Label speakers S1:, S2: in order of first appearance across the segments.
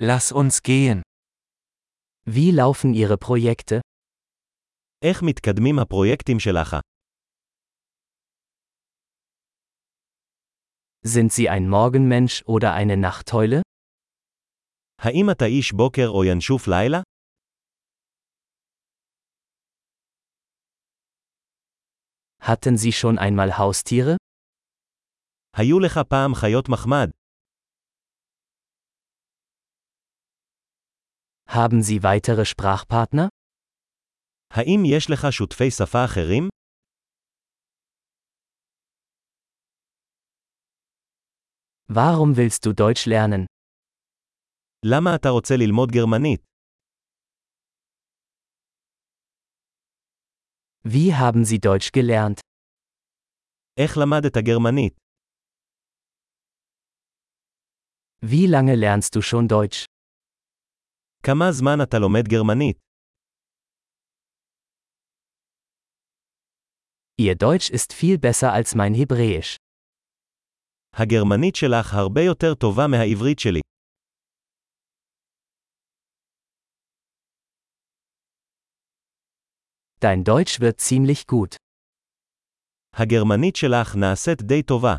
S1: Lass uns gehen. Wie laufen Ihre Projekte?
S2: איך מתקדמים הפרויקטים שלך?
S1: Sind Sie ein Morgenmensch oder eine Nachteule?
S2: האם אתה איש בוקר או ינשוף לילה?
S1: Hatten Sie schon einmal Haustiere?
S2: היו לך פעם חיות מחמד?
S1: Haben Sie weitere Sprachpartner?
S2: האם יש לך שותפי שפה אחרים?
S1: Warum willst du Deutsch lernen?
S2: למה אתה רוצה ללמוד גרמנית?
S1: Wie haben Sie Deutsch gelernt?
S2: איך למדת גרמנית?
S1: Wie lange lernst du schon Deutsch?
S2: כמה זמן אתה לומד גרמנית?
S1: Ihr Deutsch ist viel besser als mein Hebräisch.
S2: הגרמנית שלך הרבה יותר טובה מהעברית שלי.
S1: Dein Deutsch wird ziemlich gut.
S2: הגרמנית שלך נעשית די טובה.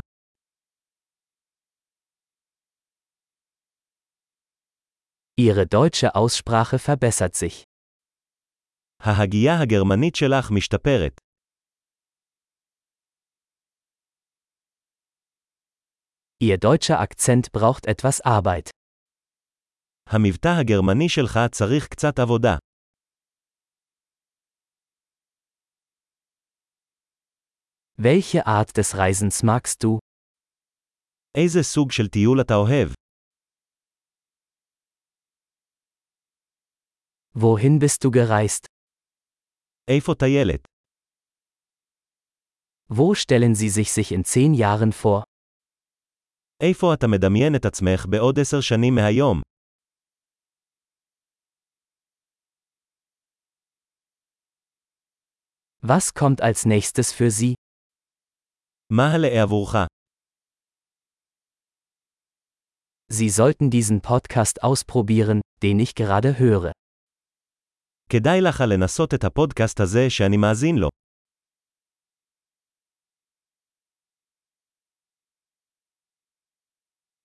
S1: Ihre deutsche Aussprache verbessert sich.
S2: ההגייה הגרמנית שלך משתפרת.
S1: Ihr deutscher Akzent braucht etwas Arbeit.
S2: המבטא הגרמני שלך צריך קצת עבודה.
S1: Welche Art des Reisens magst du?
S2: איזה סוג של טיול אתה אוהב?
S1: Wohin bist du gereist?
S2: איפה טיילת?
S1: Wo stellen Sie sich sich in zehn Jahren vor?
S2: איפה אתה מדמיין את עצמך בעוד עשר שנים מהיום?
S1: Was kommt als nächstes für Sie?
S2: מה הלאה עבורך?
S1: Sie sollten diesen Podcast ausprobieren, den ich gerade höre.
S2: כדאי לך לנסות את הפודקאסט הזה שאני מאזין לו.